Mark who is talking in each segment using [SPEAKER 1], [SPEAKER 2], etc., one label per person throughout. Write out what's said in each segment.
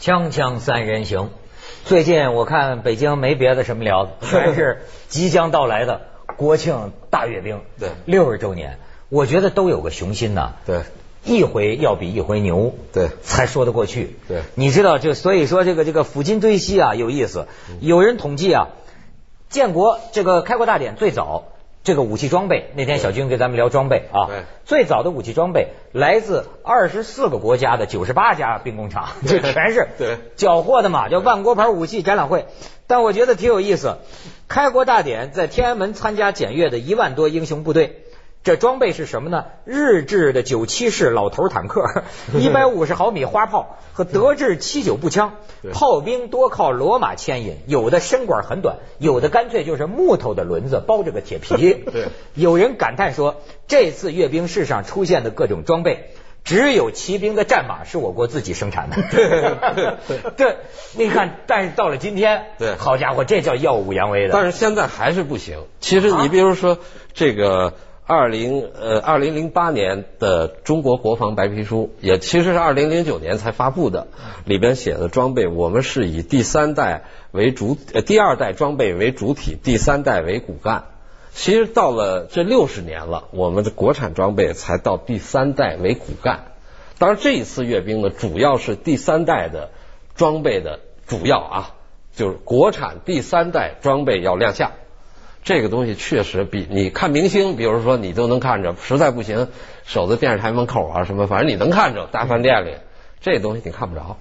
[SPEAKER 1] 锵锵三人行，最近我看北京没别的什么聊的，全是即将到来的国庆大阅兵，
[SPEAKER 2] 对
[SPEAKER 1] 六十周年，我觉得都有个雄心呐、
[SPEAKER 2] 对，
[SPEAKER 1] 一回要比一回牛，
[SPEAKER 2] 对
[SPEAKER 1] 才说得过去。
[SPEAKER 2] 对
[SPEAKER 1] 你知道这，所以说这个这个抚今追昔啊有意思。
[SPEAKER 2] 嗯
[SPEAKER 1] 有人统计啊，建国这个开国大典最早这个武器装备，那天小军给咱们聊装备啊
[SPEAKER 2] 对，
[SPEAKER 1] 最早的武器装备来自二十四个国家的九十八家兵工厂，这
[SPEAKER 2] 对
[SPEAKER 1] 全是
[SPEAKER 2] 对
[SPEAKER 1] 缴获的嘛，叫万国牌武器展览会。但我觉得挺有意思，开国大典在天安门参加检阅的一万多英雄部队，这装备是什么呢？日制的九七式老头坦 克、一百五十毫米花炮和德制七九步枪。
[SPEAKER 2] 对
[SPEAKER 1] 炮兵多靠罗马牵引，有的身管很短，有的干脆就是木头的轮子包着个铁皮。
[SPEAKER 2] 对
[SPEAKER 1] 有人感叹说，这次阅兵式上出现的各种装备。只有骑兵的战马是我国自己生 产的， 对，你看，但是到了今天，
[SPEAKER 2] 对
[SPEAKER 1] 好家伙，这叫耀武扬威的。
[SPEAKER 2] 但是现在还是不行。其实你比如说这个二零呃二零零八年的中国国防白皮书，也其实是二零零九年才发布的，里边写的装备，我们是以第三代为主，呃第二代装备为主体，第三代为骨干。其实到了这六十年了，我们的国产装备才到第三代为骨干。当然，这一次阅兵呢，主要是第三代的装备的主要啊，就是国产第三代装备要亮相。这个东西确实比你看明星，比如说你都能看着，实在不行守在电视台门口啊什么，反正你能看着大饭店里，这东西你看不着，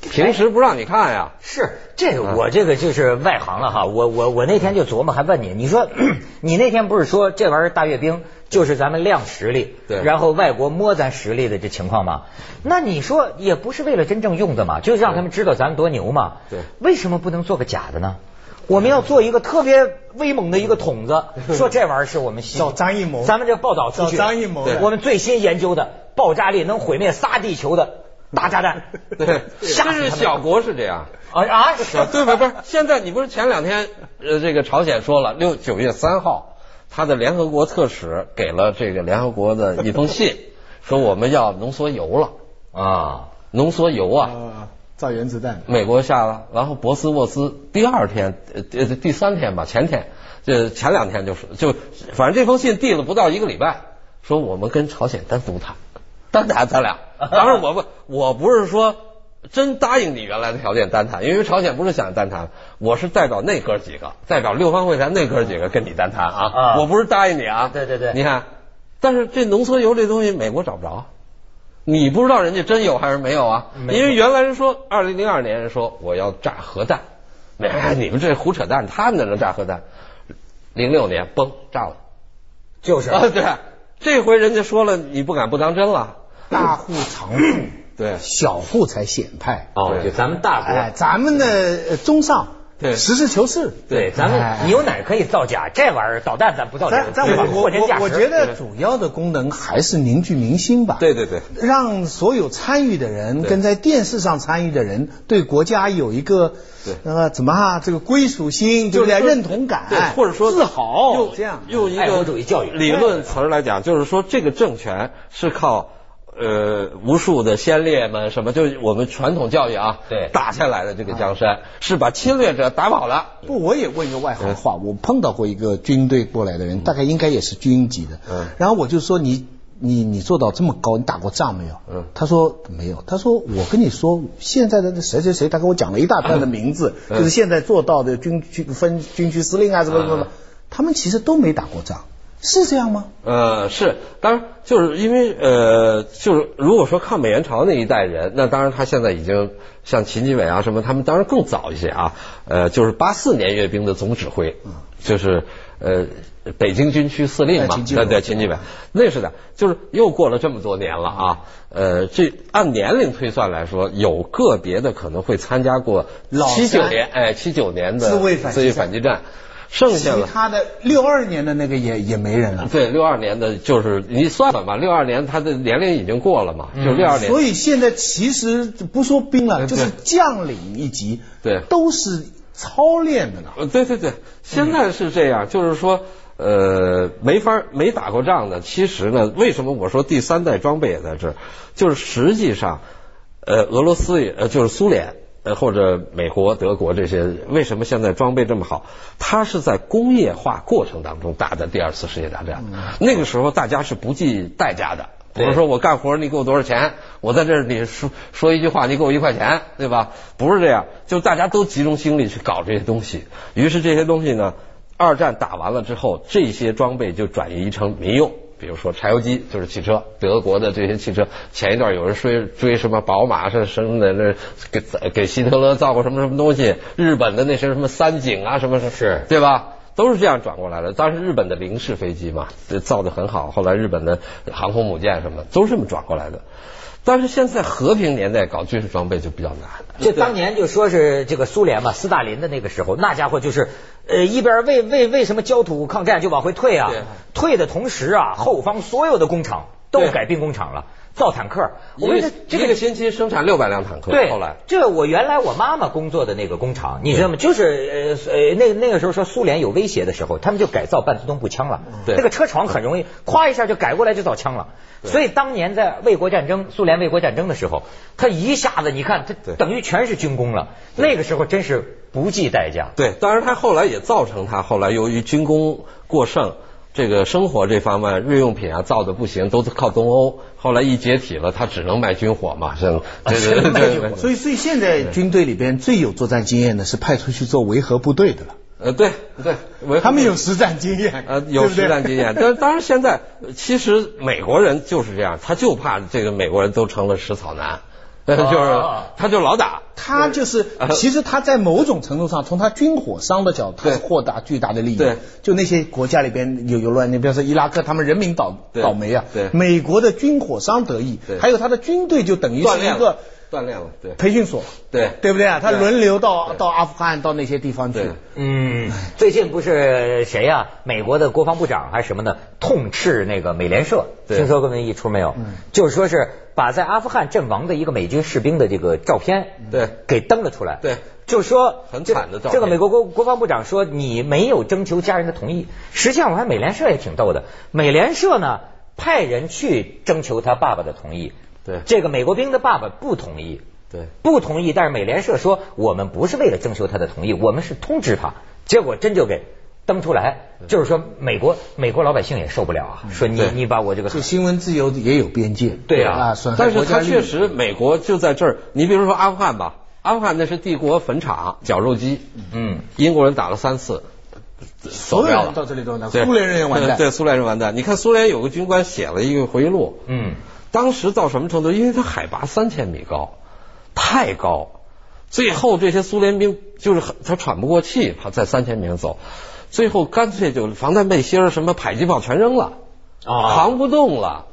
[SPEAKER 2] 平时不让你看呀。
[SPEAKER 1] 是这个，
[SPEAKER 2] 嗯
[SPEAKER 1] 我这个就是外行了哈。我我我那天就琢磨，还问你，你 说你那天不是说这玩意儿大阅兵就是咱们亮实力，
[SPEAKER 2] 对
[SPEAKER 1] 然后外国摸咱实力的这情况吗？那你说也不是为了真正用的嘛，就是让他们知道咱们多牛嘛。
[SPEAKER 2] 对
[SPEAKER 1] 为什么不能做个假的呢？我们要做一个特别威猛的一个筒 子，说这玩意儿是我们新
[SPEAKER 3] 找张艺谋
[SPEAKER 1] 咱们这报道出去，
[SPEAKER 3] 找张艺谋
[SPEAKER 2] 对
[SPEAKER 1] 我们最新研究的爆炸力能毁灭仨地球的大炸弹，
[SPEAKER 2] 对，
[SPEAKER 1] 吓死
[SPEAKER 2] 这是
[SPEAKER 1] 他们
[SPEAKER 2] 小国是这样。
[SPEAKER 1] 啊啊，
[SPEAKER 2] 啊，对吧？不是，现在你不是前两天呃，这个朝鲜说了，六九月三号，他的联合国特使给了这个联合国的一封信，说我们要浓缩铀了，
[SPEAKER 1] 啊，
[SPEAKER 2] 浓缩铀啊，
[SPEAKER 3] 呃，造原子弹，
[SPEAKER 2] 美国下了，然后博斯沃斯第二天呃呃第三天吧，前天这前两天就是就反正这封信递了不到一个礼拜，说我们跟朝鲜单独谈，单谈 咱俩。当然我不我不是说真答应你原来的条件单谈，因为朝鲜不是想单谈，我是代表那哥几个，代表六方会谈那哥几个跟你单谈啊，
[SPEAKER 1] 啊
[SPEAKER 2] 我不是答应你啊。
[SPEAKER 1] 对对对
[SPEAKER 2] 你看，但是这浓缩铀这东西美国找不着。啊你不知道人家真有还是没有啊？
[SPEAKER 1] 没有
[SPEAKER 2] 因为原来人说，二零零二年人说我要炸核弹，哎，你们这胡扯淡，他们哪能炸核弹？零六年崩炸了
[SPEAKER 1] 就是
[SPEAKER 2] 啊！对，这回人家说了，你不敢不当真了。
[SPEAKER 3] 大户藏富，
[SPEAKER 2] 对，
[SPEAKER 3] 小户才显派。
[SPEAKER 2] 啊
[SPEAKER 1] 哦，就咱们大国，
[SPEAKER 3] 哎，咱们的呃中上，
[SPEAKER 2] 对
[SPEAKER 3] 实事求是。
[SPEAKER 1] 对，咱
[SPEAKER 3] 哎
[SPEAKER 1] 们牛奶可以造假，这玩意儿导弹咱不造假，
[SPEAKER 3] 咱咱
[SPEAKER 1] 对吧
[SPEAKER 3] 我我
[SPEAKER 1] 货真价
[SPEAKER 3] 我
[SPEAKER 1] 实
[SPEAKER 3] 我觉得主要的功能还是凝聚民心吧。
[SPEAKER 2] 对对对
[SPEAKER 3] 让所有参与的人
[SPEAKER 2] 对
[SPEAKER 3] 跟在电视上参与的人对国家有一个
[SPEAKER 2] 对
[SPEAKER 3] 呃怎么啊这个归属心，对
[SPEAKER 2] 就
[SPEAKER 3] 不
[SPEAKER 2] 是
[SPEAKER 3] 对？
[SPEAKER 2] 说
[SPEAKER 3] 认同感，哎
[SPEAKER 2] 对，或者说
[SPEAKER 3] 自豪，
[SPEAKER 2] 用
[SPEAKER 3] 这样。
[SPEAKER 2] 用一
[SPEAKER 1] 爱国
[SPEAKER 2] 个
[SPEAKER 1] 主义教育
[SPEAKER 2] 理论词儿来讲，就是说这个政权是靠呃无数的先烈们什么，就是我们传统教育啊，
[SPEAKER 1] 对
[SPEAKER 2] 打下来的这个江山，是把侵略者打跑了。
[SPEAKER 3] 不，我也问一个外
[SPEAKER 2] 嗯
[SPEAKER 3] 行话，我碰到过一个军队过来的人，大概应该也是军级的。
[SPEAKER 2] 嗯
[SPEAKER 3] 然后我就说你你你做到这么高，你打过仗没有？
[SPEAKER 2] 嗯
[SPEAKER 3] 他说没有。他说我跟你说，现在的那谁谁谁，他跟我讲了一大段的名字，
[SPEAKER 2] 嗯
[SPEAKER 3] 就是现在做到的军区分军区司令啊，什么什么什么
[SPEAKER 2] 嗯，
[SPEAKER 3] 他们其实都没打过仗，是这样吗？
[SPEAKER 2] 呃，是，当然就是因为呃，就是如果说抗美援朝那一代人，那当然他现在已经像秦基伟啊什么，他们当然更早一些啊，呃，就是八四年阅兵的总指挥，
[SPEAKER 3] 嗯
[SPEAKER 2] 就是呃北京军区司令嘛
[SPEAKER 3] 哎
[SPEAKER 2] 呃
[SPEAKER 3] 秦基，
[SPEAKER 2] 对
[SPEAKER 3] 伟
[SPEAKER 2] 对，秦基伟，那是的，就是又过了这么多年了啊，呃，这按年龄推算来说，有个别的可能会参加过
[SPEAKER 3] 老
[SPEAKER 2] 七九
[SPEAKER 3] 三
[SPEAKER 2] 年，哎，七九年的
[SPEAKER 3] 自卫反击
[SPEAKER 2] 自卫反击战，剩
[SPEAKER 3] 其
[SPEAKER 2] 下了。
[SPEAKER 3] 他的六二年的那个也也没人了。
[SPEAKER 2] 对，六二年的就是你算算吧，六二年他的年龄已经过了嘛，就六二年。
[SPEAKER 3] 嗯所以现在其实不说兵了，
[SPEAKER 2] 嗯对
[SPEAKER 3] 就是将领一级，
[SPEAKER 2] 对
[SPEAKER 3] 都是操练的了。
[SPEAKER 2] 呃对对对，现在是这样，就是说，呃，没法儿没打过仗的，其实呢，为什么我说第三代装备也在这儿？就是实际上，呃，俄罗斯也呃就是苏联。呃，或者美国、德国这些，为什么现在装备这么好？它是在工业化过程当中打的第二次世界大战，
[SPEAKER 3] 嗯
[SPEAKER 2] 那个时候大家是不计代价的。不是说我干活你给我多少钱，我在这儿你说说一句话你给我一块钱，对吧？不是这样，就大家都集中精力去搞这些东西。于是这些东西呢，二战打完了之后，这些装备就转移成民用。比如说柴油机就是汽车，德国的这些汽车，前一段有人追追什么宝马是什么的，那给给希特勒造过什么什么东西，日本的那些什么三井啊什么什么，
[SPEAKER 1] 是
[SPEAKER 2] 对吧？都是这样转过来的。当时日本的零式飞机嘛，造的很好，后来日本的航空母舰什么的都是这么转过来的。但是现在和平年代搞军事装备就比较难，
[SPEAKER 1] 就当年就说是这个苏联嘛，斯大林的那个时候，那家伙就是，呃，一边为为为什么焦土抗战就往回退啊
[SPEAKER 2] 对？
[SPEAKER 1] 退的同时啊，后方所有的工厂都
[SPEAKER 2] 对
[SPEAKER 1] 改兵工厂了，造坦克。我
[SPEAKER 2] 一
[SPEAKER 1] 跟你
[SPEAKER 2] 个
[SPEAKER 1] 说，这
[SPEAKER 2] 一个
[SPEAKER 1] 个
[SPEAKER 2] 星期生产六百辆坦克，
[SPEAKER 1] 对
[SPEAKER 2] 后来，
[SPEAKER 1] 这我原来我妈妈工作的那个工厂，你知道吗？就是呃呃，那那个时候说苏联有威胁的时候，他们就改造半自动步枪了。
[SPEAKER 2] 对
[SPEAKER 1] 那个车床很容易，咵一下就改过来就造枪了。所以当年在卫国战争，苏联卫国战争的时候，他一下子你看，他
[SPEAKER 2] 对
[SPEAKER 1] 等于全是军工了。那个时候真是不计代价。
[SPEAKER 2] 对，当然它后来也造成它后来由于军工过剩，这个生活这方面日用品啊造的不行，都是靠东欧。后来一解体了，它只能卖军火嘛，是，对对对对对
[SPEAKER 3] 所以，所以现在军队里边最有作战经验的是派出去做维和部队的了，
[SPEAKER 2] 呃，对对，维和
[SPEAKER 3] 他们有实战经验，
[SPEAKER 2] 呃，有
[SPEAKER 3] 对不对
[SPEAKER 2] 实战经验，但是当然现在呃其实美国人就是这样，他就怕这个美国人都成了食草男， 呃
[SPEAKER 3] 啊
[SPEAKER 2] 就是 他就老打，
[SPEAKER 3] 他就是，其实他在某种程度上，从他军火商的角度，他
[SPEAKER 2] 呃对
[SPEAKER 3] 是获得巨大的利益。
[SPEAKER 2] 对，
[SPEAKER 3] 就那些国家里边有有乱，你比方说伊拉克，他们人民倒
[SPEAKER 2] 对
[SPEAKER 3] 倒霉啊，
[SPEAKER 2] 对
[SPEAKER 3] 美国的军火商得益
[SPEAKER 2] 对，
[SPEAKER 3] 还有他的军队就等于
[SPEAKER 2] 锻
[SPEAKER 3] 是
[SPEAKER 2] 炼了
[SPEAKER 3] 一个
[SPEAKER 2] 锻炼了，对
[SPEAKER 3] 培训所，
[SPEAKER 2] 对
[SPEAKER 3] 对不对啊？他
[SPEAKER 2] 对
[SPEAKER 3] 轮流到到阿富汗，到那些地方去
[SPEAKER 2] 对。
[SPEAKER 1] 嗯，最近不是谁呀、美国的国防部长还是什么呢？痛斥那个美联社，
[SPEAKER 2] 对嗯
[SPEAKER 1] 听说过那一出没有？就是说是把在阿富汗阵亡的一个美军士兵的这个照片，
[SPEAKER 2] 对
[SPEAKER 1] 给登了出来。
[SPEAKER 2] 对
[SPEAKER 1] 就说
[SPEAKER 2] 很惨的照片
[SPEAKER 1] 这个美国国国防部长说你没有征求家人的同意。实际上，我看美联社也挺逗的，美联社呢派人去征求他爸爸的同意，
[SPEAKER 2] 对
[SPEAKER 1] 这个美国兵的爸爸不同意。
[SPEAKER 2] 对。
[SPEAKER 1] 不同意，但是美联社说我们不是为了征求他的同意，我们是通知他，结果真就给登出来，就是说美国美国老百姓也受不了啊，说你
[SPEAKER 2] 嗯对
[SPEAKER 1] 你把我这个
[SPEAKER 3] 就新闻自由也有边界，
[SPEAKER 1] 对啊
[SPEAKER 3] 损害
[SPEAKER 2] 但是
[SPEAKER 3] 国家
[SPEAKER 2] 它
[SPEAKER 3] 利益
[SPEAKER 2] 确实，美国就在这儿。你比如说阿富汗吧，阿富汗那是帝国坟场，绞肉机，
[SPEAKER 1] 嗯，
[SPEAKER 2] 英国人打了三次，
[SPEAKER 3] 所有
[SPEAKER 2] 走掉了
[SPEAKER 3] 人到这里都完
[SPEAKER 2] 对
[SPEAKER 3] 蛋，啊苏联人也完 蛋。
[SPEAKER 2] 对，苏联人完蛋。你看苏联有个军官写了一个回忆录，
[SPEAKER 1] 嗯，
[SPEAKER 2] 当时到什么程度？因为它海拔三千米高，太高，最后这些苏联兵就是很他喘不过气，他在三千米上走，最后干脆就防弹背心儿、什么迫击炮全扔了，
[SPEAKER 1] 啊，
[SPEAKER 2] 扛不动了。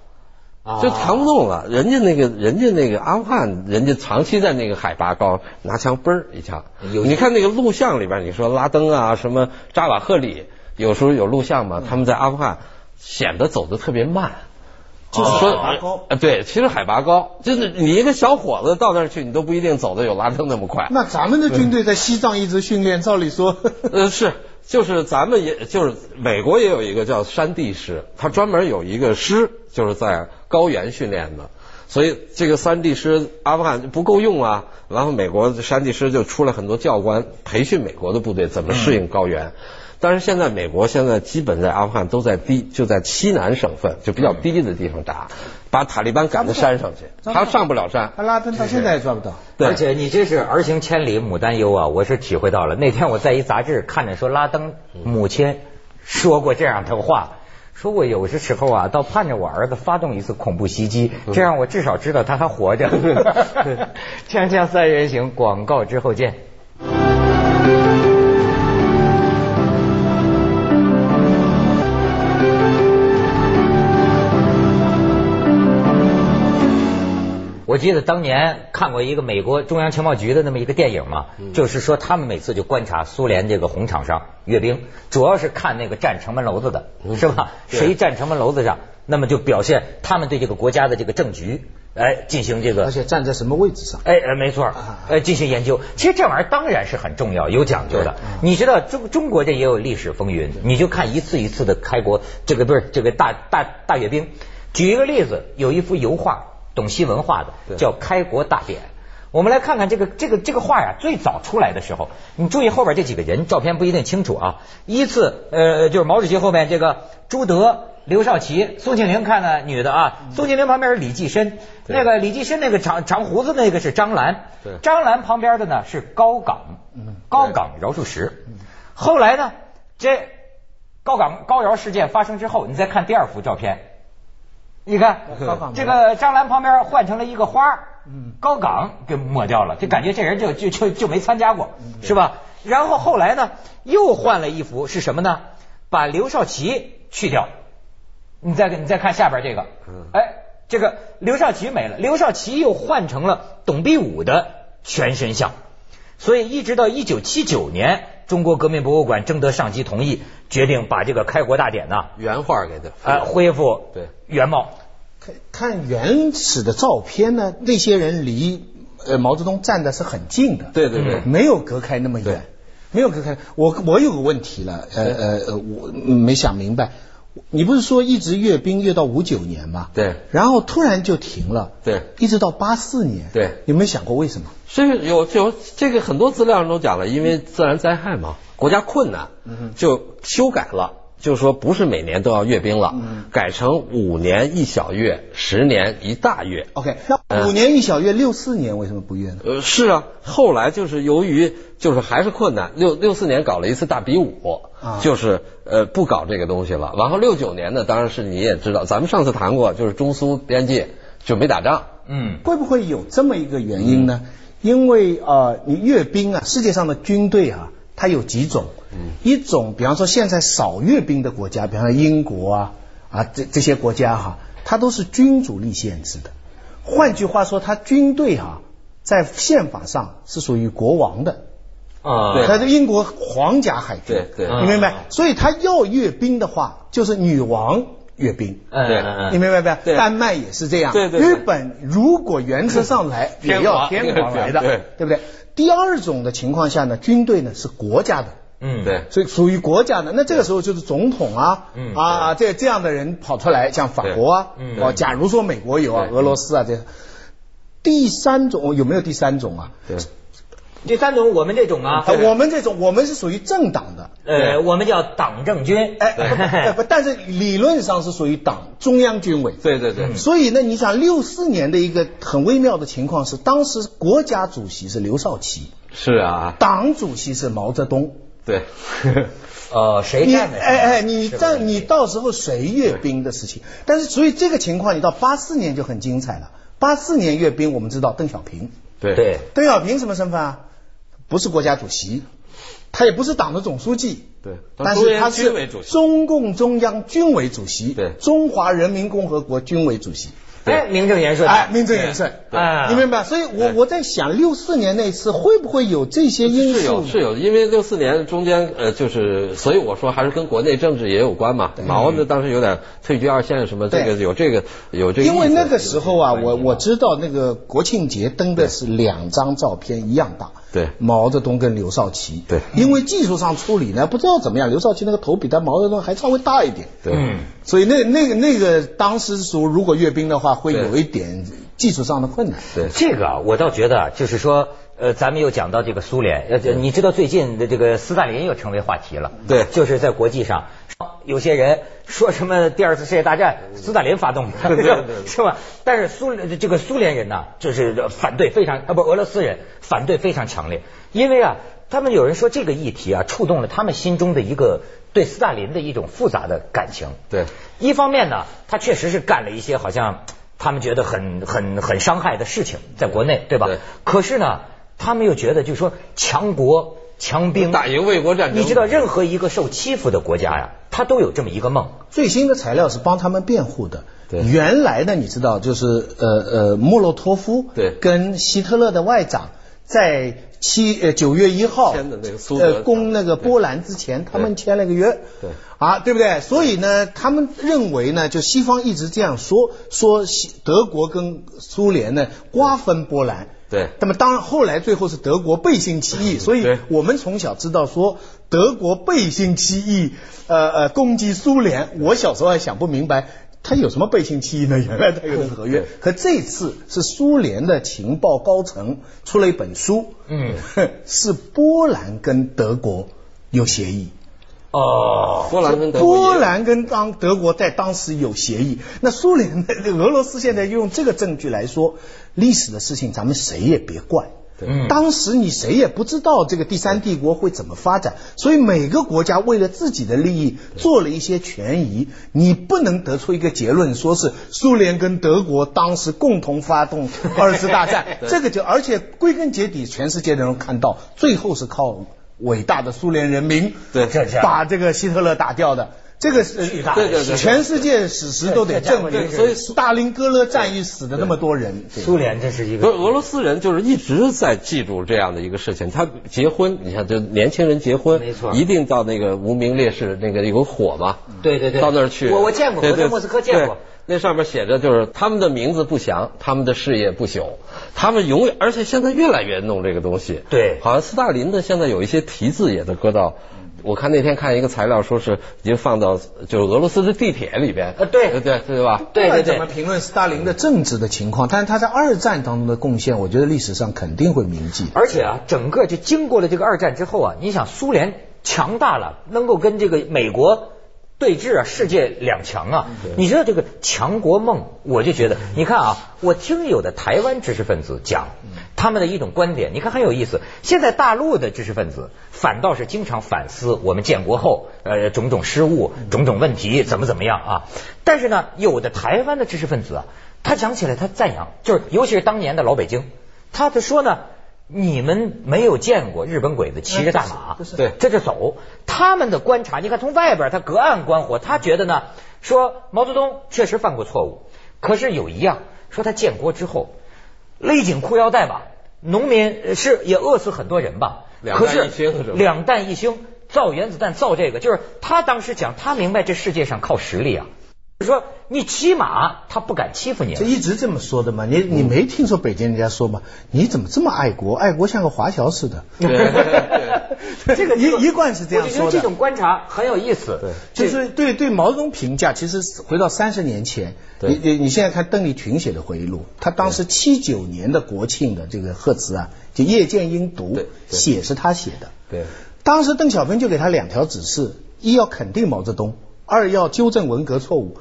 [SPEAKER 1] 啊
[SPEAKER 2] 就扛不动了。人家那个，人家那个阿富汗，人家长期在那个海拔高，拿枪嘣儿一枪。
[SPEAKER 1] 有
[SPEAKER 2] 你看那个录像里边，你说拉登啊，什么扎瓦赫里，有时候有录像嘛，他们在阿富汗显得走得特别慢。
[SPEAKER 3] 就是
[SPEAKER 1] 哦
[SPEAKER 2] 说
[SPEAKER 3] 海拔高
[SPEAKER 2] 呃对，其实海拔高，就是你一个小伙子到那儿去，你都不一定走得有拉登那么快。
[SPEAKER 3] 那咱们的军队在西藏一直训练，照 理说，
[SPEAKER 2] 呃，是，就是咱们也就是美国也有一个叫山地师，他专门有一个师，就是在高原训练的。所以这个山地师阿富汗不够用啊，然后美国山地师就出了很多教官培训美国的部队怎么
[SPEAKER 3] 嗯
[SPEAKER 2] 适应高原。但是现在美国现在基本在阿富汗都在低，就在西南省份就比较低的地方打，把塔利班赶到山上去，
[SPEAKER 3] 嗯咱们
[SPEAKER 2] 他上不了山。
[SPEAKER 3] 阿拉登到现在也抓不到。
[SPEAKER 2] 对
[SPEAKER 1] 而且你这是儿行千里母担忧啊，我是体会到了。那天我在一杂志看着说，拉登母亲说过这样的话，说我有些时候啊，倒盼着我儿子发动一次恐怖袭击，
[SPEAKER 2] 嗯
[SPEAKER 1] 这样我至少知道他还活 着。 锵锵三人行，广告之后见。我记得当年看过一个美国中央情报局的那么一个电影嘛，就是说他们每次就观察苏联这个红场上阅兵，主要是看那个站城门楼子的，是吧？
[SPEAKER 2] 对
[SPEAKER 1] 谁站城门楼子上，那么就表现他们对这个国家的这个政局，哎，进行这个
[SPEAKER 3] 而且站在什么位置上？
[SPEAKER 1] 哎，呃没错儿，呃，进行研究。其实这玩意儿当然是很重要、有讲究的。你知道中中国这也有历史风云，你就看一次一次的开国，这个不是这个大大大阅兵。举一个例子，有一幅油画懂西文化的，
[SPEAKER 2] 对
[SPEAKER 1] 叫《开国大典》。我们来看看这个这个这个画呀，最早出来的时候，你注意后边这几个人，照片不一定清楚啊。依次呃，就是毛主席后面这个朱德、刘少奇、宋庆龄看的女的啊，宋庆龄旁边是李济深，
[SPEAKER 2] 对
[SPEAKER 1] 那个李济深那个长长胡子那个是张澜
[SPEAKER 2] 对，
[SPEAKER 1] 张澜旁边的呢是高岗，高岗饶漱石。后来呢，这高岗高饶事件发生之后，你再看第二幅照片，你看
[SPEAKER 3] 高岗
[SPEAKER 1] 这个呃张兰旁边换成了一个花儿
[SPEAKER 3] 嗯
[SPEAKER 1] 高岗给抹掉了，就感觉这人就就就就没参加过，
[SPEAKER 2] 嗯
[SPEAKER 1] 是吧？然后后来呢，又换了一幅是什么呢？把刘少奇去掉，你再你再看下边这个
[SPEAKER 2] 嗯，
[SPEAKER 1] 哎，这个刘少奇没了，刘少奇又换成了董必武的全身像，所以一直到一九七九年，中国革命博物馆征得上级同意，决定把这个开国大典呢，
[SPEAKER 2] 原画给它
[SPEAKER 1] 呃，恢复
[SPEAKER 2] 对
[SPEAKER 1] 原貌。
[SPEAKER 3] 看看原始的照片呢，那些人离呃毛泽东站的是很近的，
[SPEAKER 2] 对对对
[SPEAKER 1] 嗯
[SPEAKER 3] 没有隔开那么
[SPEAKER 2] 对
[SPEAKER 3] 远，没有隔开。我我有个问题了，呃呃呃，我嗯没想明白，你不是说一直阅兵阅到五九年吗？
[SPEAKER 2] 对
[SPEAKER 3] 然后突然就停了，
[SPEAKER 2] 对
[SPEAKER 3] 一直到八四年，
[SPEAKER 2] 对
[SPEAKER 3] 有没有想过为什么？
[SPEAKER 2] 所以有有这个很多资料上都讲了，因为自然灾害嘛，国家困难，就修改了，就说不是每年都要阅兵了，改成五年一小阅，十年一大阅。
[SPEAKER 3] OK，那五年一小月，六四年为什么不月呢？
[SPEAKER 2] 呃，是啊，后来就是由于就是还是困难，六六四年搞了一次大比武，
[SPEAKER 3] 啊
[SPEAKER 2] 就是呃不搞这个东西了。然后六九年呢，当然是你也知道，咱们上次谈过，就是中苏边界就没打仗，
[SPEAKER 1] 嗯，
[SPEAKER 3] 会不会有这么一个原因呢？因为呃，你阅兵啊，世界上的军队啊，它有几种，
[SPEAKER 2] 嗯
[SPEAKER 3] 一种比方说现在少阅兵的国家，比方说英国啊啊这这些国家哈、它都是君主立宪制的。换句话说，它军队哈、在宪法上是属于国王的，
[SPEAKER 1] 啊
[SPEAKER 2] 对
[SPEAKER 3] 它是英国皇家海军，
[SPEAKER 2] 对对啊
[SPEAKER 3] 你明白？所以它要阅兵的话，就是女王阅兵，
[SPEAKER 1] 呃
[SPEAKER 2] 对
[SPEAKER 1] 嗯
[SPEAKER 2] 嗯
[SPEAKER 3] 你明白没有？
[SPEAKER 2] 对
[SPEAKER 3] 丹麦也是这样。
[SPEAKER 2] 对对对
[SPEAKER 3] 日本如果原则上来，也要天皇来的，
[SPEAKER 2] 对
[SPEAKER 3] 对不对？第二种的情况下呢，军队呢是国家的，
[SPEAKER 1] 嗯，
[SPEAKER 2] 对
[SPEAKER 3] 所以属于国家的。那这个时候就是总统啊，
[SPEAKER 1] 嗯
[SPEAKER 3] 啊这这样的人跑出来，像法国啊，
[SPEAKER 1] 对嗯
[SPEAKER 3] 哦，假如说美国有啊，
[SPEAKER 2] 对
[SPEAKER 3] 俄罗斯啊这。第三种有没有第三种啊？
[SPEAKER 2] 对
[SPEAKER 1] 第三种我们这种啊
[SPEAKER 3] 啊，我们这种我们是属于政党的，
[SPEAKER 1] 呃，我们叫党政军，
[SPEAKER 3] 哎，不不哎不，但是理论上是属于党中央军委。
[SPEAKER 2] 对对对，
[SPEAKER 3] 所以呢，你想六四年的一个很微妙的情况是，当时国家主席是刘少奇，
[SPEAKER 2] 是啊，
[SPEAKER 3] 党主席是毛泽东。
[SPEAKER 2] 对，
[SPEAKER 1] 呃，谁
[SPEAKER 3] 你
[SPEAKER 1] 干的？
[SPEAKER 3] 哎哎，你
[SPEAKER 1] 是吧
[SPEAKER 3] 站你到时候谁阅兵的事情？但是所以这个情况，你到八四年就很精彩了。八四年阅兵，我们知道邓小平，
[SPEAKER 2] 对
[SPEAKER 1] 对，
[SPEAKER 3] 邓小平什么身份啊？不是国家主席，他也不是党的总书记。
[SPEAKER 2] 对
[SPEAKER 3] 但是他
[SPEAKER 2] 中央军委
[SPEAKER 3] 是
[SPEAKER 2] 主席
[SPEAKER 3] 中共中央军委主席，
[SPEAKER 2] 对
[SPEAKER 3] 中华人民共和国军委主席。
[SPEAKER 2] 对
[SPEAKER 1] 哎，名正言顺，
[SPEAKER 3] 哎，名正言顺，
[SPEAKER 1] 对
[SPEAKER 2] 啊
[SPEAKER 1] 哎
[SPEAKER 3] 你明白？所以我
[SPEAKER 2] 对
[SPEAKER 3] 我在想，六四年那次会不会有这些因
[SPEAKER 2] 是有
[SPEAKER 3] 素？
[SPEAKER 2] 是有，因为六四年中间呃，就是所以我说还是跟国内政治也有关嘛。毛呢当时有点退居二线什么，这个
[SPEAKER 3] 对
[SPEAKER 2] 有这个有这个意思。
[SPEAKER 3] 因为那个时候啊，
[SPEAKER 2] 有这个
[SPEAKER 3] 我
[SPEAKER 2] 意思
[SPEAKER 3] 我知道那个国庆节登的是两张照片一样大，
[SPEAKER 2] 对
[SPEAKER 3] 毛泽东跟刘少奇，
[SPEAKER 2] 对
[SPEAKER 3] 因为技术上处理呢，不知道怎么样，刘少奇那个头比他毛泽东还稍微大一点，
[SPEAKER 2] 对、
[SPEAKER 1] 嗯
[SPEAKER 3] 所以那那个那个当时说如果阅兵的话，会有一点技术上的困难，
[SPEAKER 2] 对
[SPEAKER 1] 这个啊我倒觉得啊，就是说，呃，咱们又讲到这个苏联，呃，这你知道最近的这个斯大林又成为话题了，
[SPEAKER 2] 对
[SPEAKER 1] 就是在国际上，有些人说什么第二次世界大战斯大林发动的，
[SPEAKER 2] 嗯对对 对
[SPEAKER 1] 是吧？但是苏联这个苏联人呢，就是反对非常啊，不俄罗斯人反对非常强烈，因为啊，他们有人说这个议题啊，触动了他们心中的一个对斯大林的一种复杂的感情，
[SPEAKER 2] 对
[SPEAKER 1] 一方面呢，他确实是干了一些好像他们觉得很很很伤害的事情，在国内，对吧？
[SPEAKER 2] 对
[SPEAKER 1] 可是呢，他们又觉得就是说强国强兵，
[SPEAKER 2] 打赢卫国战争，
[SPEAKER 1] 嗯你知道，任何一个受欺负的国家呀，他都有这么一个梦。
[SPEAKER 3] 最新的材料是帮他们辩护的。
[SPEAKER 2] 对
[SPEAKER 3] 原来呢，你知道，就是呃呃，莫洛托夫
[SPEAKER 2] 对
[SPEAKER 3] 跟希特勒的外长在七呃九月一号
[SPEAKER 2] 签的那个苏德
[SPEAKER 3] 呃攻那个波兰之前，他们签了个约。
[SPEAKER 2] 对
[SPEAKER 3] 啊，对不对？所以呢，他们认为呢，就西方一直这样说，说西德国跟苏联呢瓜分波兰。
[SPEAKER 2] 对
[SPEAKER 3] 那么当然，后来最后是德国背信弃义，所以
[SPEAKER 2] 对
[SPEAKER 3] 我们从小知道说德国背信弃义，呃呃攻击苏联。我小时候还想不明白，他有什么背信弃义呢？ 原来他有的合约，可这次是苏联的情报高层出了一本书，
[SPEAKER 1] 嗯，
[SPEAKER 3] 是波兰跟德国有协议，
[SPEAKER 1] 哦，
[SPEAKER 2] 波兰跟德国一样
[SPEAKER 3] 波兰跟当德国在当时有协议，那苏联、俄罗斯现在用这个证据来说，历史的事情咱们谁也别怪。
[SPEAKER 1] 嗯
[SPEAKER 3] 当时你谁也不知道这个第三帝国会怎么发展，所以每个国家为了自己的利益做了一些权宜。你不能得出一个结论，说是苏联跟德国当时共同 发动二次大战，这个就而且归根结底，全世界的人看到最后是靠伟大的苏联人民
[SPEAKER 2] 对
[SPEAKER 1] 这这
[SPEAKER 3] 把这个希特勒打掉的。这个是
[SPEAKER 1] 巨大的对
[SPEAKER 2] 对对
[SPEAKER 3] 全世界史实都
[SPEAKER 1] 这
[SPEAKER 3] 得
[SPEAKER 1] 这
[SPEAKER 3] 证
[SPEAKER 1] 这
[SPEAKER 3] 明，
[SPEAKER 1] 这
[SPEAKER 3] 所以斯大林格勒战役死的那么多人，对
[SPEAKER 1] 苏联这是一
[SPEAKER 2] 不是
[SPEAKER 1] 个
[SPEAKER 2] 俄罗斯人，就是一直在记住这样的一个事情。他结婚，你看，就年轻人结婚，
[SPEAKER 1] 没错嗯
[SPEAKER 2] 一定到那个无名烈士那个有个火嘛，
[SPEAKER 1] 对对对
[SPEAKER 2] 到那儿去。
[SPEAKER 1] 我我见过
[SPEAKER 2] 对
[SPEAKER 1] 我在
[SPEAKER 2] 对
[SPEAKER 1] 莫斯科见过
[SPEAKER 2] 对那上面写着就是他们的名字不详，他们的事业不朽，他们永远，而且现在越来越弄这个东西。
[SPEAKER 1] 对
[SPEAKER 2] 好像斯大林的现在有一些题字也都搁到。我看那天看一个材料，说是已经放到就是俄罗斯的地铁里边，
[SPEAKER 1] 呃对
[SPEAKER 2] 对对吧？
[SPEAKER 1] 对对
[SPEAKER 3] 不管怎么
[SPEAKER 1] 对，
[SPEAKER 3] 评论斯大林的政治的情况，但是他在二战当中的贡献，我觉得历史上肯定会铭记。
[SPEAKER 1] 而且啊，整个就经过了这个二战之后啊，你想苏联强大了，能够跟这个美国对峙啊，世界两强啊，你知道这个强国梦，我就觉得，你看啊，我听有的台湾知识分子讲他们的一种观点，你看很有意思。现在大陆的知识分子反倒是经常反思我们建国后呃种种失误、种种问题怎么怎么样啊，但是呢，有的台湾的知识分子啊，他讲起来他赞扬，就是尤其是当年的老北京。他就说呢，你们没有见过日本鬼子骑着大马，
[SPEAKER 3] 不是不是
[SPEAKER 1] 对，这就走。他们的观察，你看从外边他隔岸观火，他觉得呢，说毛泽东确实犯过错误，可是有一样，说他建国之后勒紧裤腰带吧，农民呃是也饿死很多人吧，
[SPEAKER 2] 两
[SPEAKER 1] 可
[SPEAKER 2] 弹
[SPEAKER 1] 是
[SPEAKER 2] 一星是吧
[SPEAKER 1] 两弹一星造原子弹造这个，就是他当时讲，他明白这世界上靠实力啊。就是说你骑马，他不敢欺负你
[SPEAKER 3] 这。一直这么说的嘛，你你没听说北京人家说吗？你怎么这么爱国？爱国像个华侨似的。
[SPEAKER 1] 这个
[SPEAKER 3] 一一贯是这样
[SPEAKER 1] 我就觉
[SPEAKER 3] 说
[SPEAKER 1] 得这
[SPEAKER 3] 的。
[SPEAKER 1] 种观察很有意思。
[SPEAKER 3] 就
[SPEAKER 1] 这
[SPEAKER 3] 是对对毛泽东评价，其实回到三十年前，你你你现在看邓丽群写的回忆录，他当时七九年的国庆的这个贺词啊，就夜见英读
[SPEAKER 2] 对，对
[SPEAKER 3] 写是他写的。
[SPEAKER 2] 对，
[SPEAKER 3] 当时邓小平就给他两条指示：一要肯定毛泽东，二要纠正文革错误。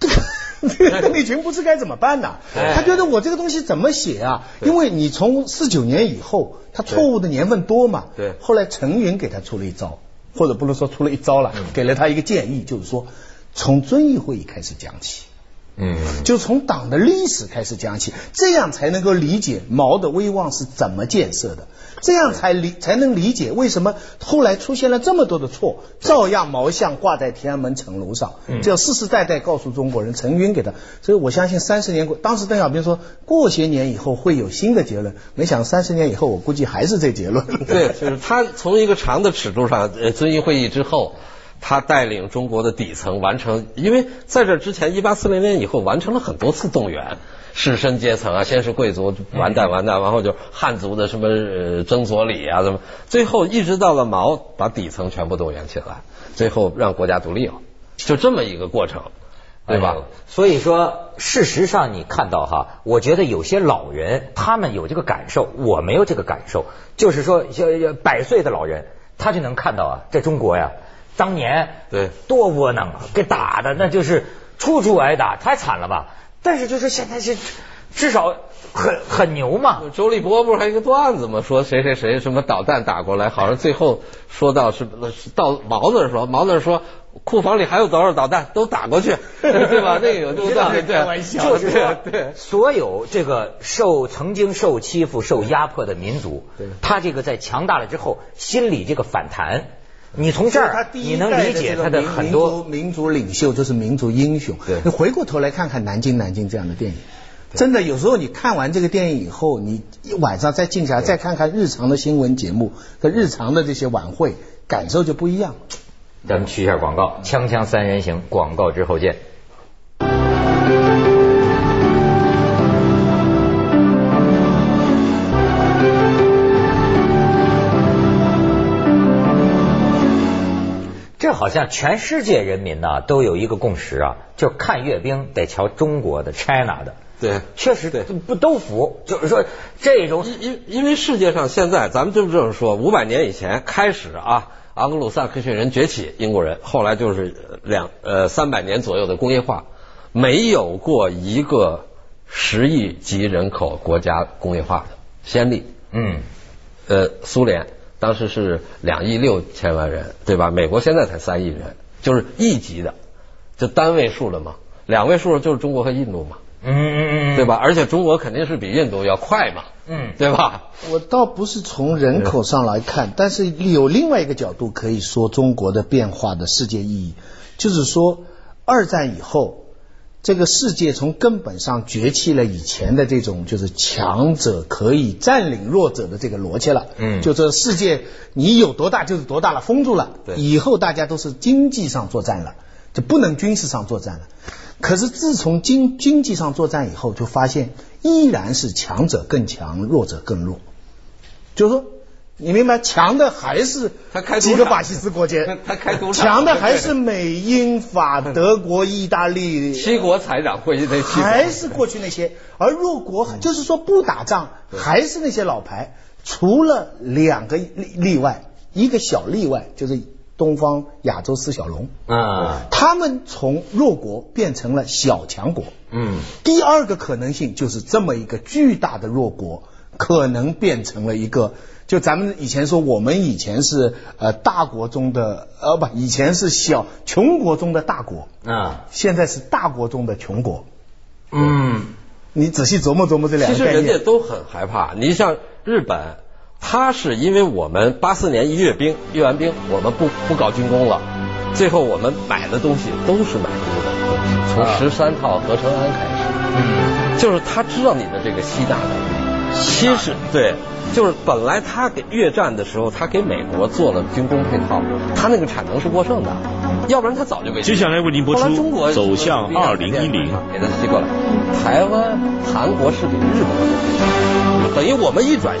[SPEAKER 3] 这个这个 邓丽群不知该怎么办呐、
[SPEAKER 2] 哎
[SPEAKER 3] 他觉得我这个东西怎么写啊？因为你从四九年以后，他错误的年份多嘛。
[SPEAKER 2] 对
[SPEAKER 3] 后来陈云给他出了一招，或者不能说出了一招
[SPEAKER 2] 嗯
[SPEAKER 3] 了，给了他一个建议，就是说从遵义会议开始讲起。
[SPEAKER 2] 嗯，
[SPEAKER 3] 就从党的历史开始讲起，这样才能够理解毛的威望是怎么建设的，这样才理才能理解为什么后来出现了这么多的错，照样毛像挂在天安门城楼上，这要世世代代告诉中国人，陈云给的，所以我相信三十年过，当时邓小平说过些年以后会有新的结论，没想三十年以后我估计还是这结论，
[SPEAKER 2] 对，就是他从一个长的尺度上，呃，遵义会议之后，他带领中国的底层完成，因为在这之前，一八四零年以后完成了很多次动员，士绅阶层啊，先是贵族完蛋完蛋，然后就汉族的什么呃曾左李啊什么，最后一直到了毛，把底层全部动员起来，最后让国家独立了，就这么一个过程，对吧？
[SPEAKER 1] 哎呦所以说，事实上你看到哈，我觉得有些老人他们有这个感受，我没有这个感受。就是说，像百岁的老人，他就能看到啊，在中国呀，当年
[SPEAKER 2] 对
[SPEAKER 1] 多窝囊啊，给打的那就是处处挨打，太惨了吧？但是就是现在是至少很很牛嘛，
[SPEAKER 2] 啊周立波不是还有一个段子吗？说谁谁谁什么导弹打过来，好像最后说到是到毛那儿说，毛那儿说库房里还有多少导弹，都打过去，对 吧？那个有这个段子，对，
[SPEAKER 1] 就是说，
[SPEAKER 2] 对对。
[SPEAKER 1] 所有这个受曾经受欺负、受压迫的民族，他这个在强大了之后，心理这个反弹，你从这
[SPEAKER 3] 他
[SPEAKER 1] 儿
[SPEAKER 3] 第
[SPEAKER 1] 你
[SPEAKER 3] 一
[SPEAKER 1] 能
[SPEAKER 3] 代
[SPEAKER 1] 理解
[SPEAKER 3] 这个
[SPEAKER 1] 他的
[SPEAKER 3] 民
[SPEAKER 1] 很多。
[SPEAKER 3] 民族民族领袖就是民族英雄。
[SPEAKER 2] 对
[SPEAKER 3] 你回过头来看看《南京南京》这样的电影。真的，有时候你看完这个电影以后，你一晚上再静下来再看看日常的新闻节目和日常的这些晚会，感受就不一样了。
[SPEAKER 1] 咱们去一下广告，《锵锵三人行》广告之后见。这好像全世界人民呐都有一个共识啊，就看阅兵得瞧中国的 China 的，
[SPEAKER 2] 对。
[SPEAKER 1] 确实
[SPEAKER 2] 对
[SPEAKER 1] 不都服，就是说这种
[SPEAKER 2] 因因因为世界上现在，咱们就这么说，五百年以前开始啊，盎格鲁撒克逊人崛起，英国人后来就是呃两呃三百年左右的工业化，没有过一个十亿级人口国家工业化的先例。
[SPEAKER 1] 嗯
[SPEAKER 2] 呃，苏联当时是两亿六千万人，对吧？美国现在才三亿人，就是亿级的，就单位数了嘛。两位数就是中国和印度嘛，
[SPEAKER 1] 嗯嗯嗯，
[SPEAKER 2] 对？吧？而且中国肯定是比印度要快嘛，
[SPEAKER 1] 嗯
[SPEAKER 2] 对吧？
[SPEAKER 3] 我倒不是从人口上来看，但是有另外一个角度可以说中国的变化的世界意义，就是说二战以后，这个世界从根本上崛起了以前的这种就是强者可以占领弱者的这个逻辑了。
[SPEAKER 1] 嗯
[SPEAKER 3] 就这世界你有多大就是多大了，封住了。
[SPEAKER 2] 对
[SPEAKER 3] 以后大家都是经济上作战了，就不能军事上作战了。可是自从经经济上作战以后，就发现依然是强者更强，弱者更弱。就是说，你明白，强的还是
[SPEAKER 2] 他开赌场
[SPEAKER 3] 几个法西斯国家，
[SPEAKER 2] 他他开赌场
[SPEAKER 3] 强的还是美、英、法、德国、意大利，
[SPEAKER 2] 七国财长会议那七国
[SPEAKER 3] 还是过去那些，而弱国
[SPEAKER 2] 嗯
[SPEAKER 3] 就是说不打仗，还是那些老牌，除了两个例例外，一个小例外就是东方亚洲四小龙，
[SPEAKER 1] 啊
[SPEAKER 3] 他们从弱国变成了小强国。
[SPEAKER 1] 嗯
[SPEAKER 3] 第二个可能性就是这么一个巨大的弱国，可能变成了一个，就咱们以前说，我们以前是呃大国中的呃不，以前是小穷国中的大国，
[SPEAKER 1] 啊
[SPEAKER 3] 现在是大国中的穷国。
[SPEAKER 1] 嗯
[SPEAKER 3] 你仔细琢磨琢磨这两
[SPEAKER 2] 其实
[SPEAKER 3] 个概
[SPEAKER 2] 人家
[SPEAKER 3] 念。
[SPEAKER 2] 都很害怕。你像日本，他是因为我们八四年一阅兵，阅完兵我们不不搞军工了，最后我们买的东西都是买日本的东西，从
[SPEAKER 1] 啊
[SPEAKER 2] 十三套合成氨开
[SPEAKER 1] 嗯
[SPEAKER 2] 始，就是他知道你的这个吸纳能力。其实对，就是本来他给越战的时候，他给美国做了军工配套，他那个产能是过剩的，要不然他早就给。
[SPEAKER 4] 接下来为您播出
[SPEAKER 2] 后来中国
[SPEAKER 4] 走向2010
[SPEAKER 2] 给它吸过来，台湾、韩国是比日本更多，等于我们一转型。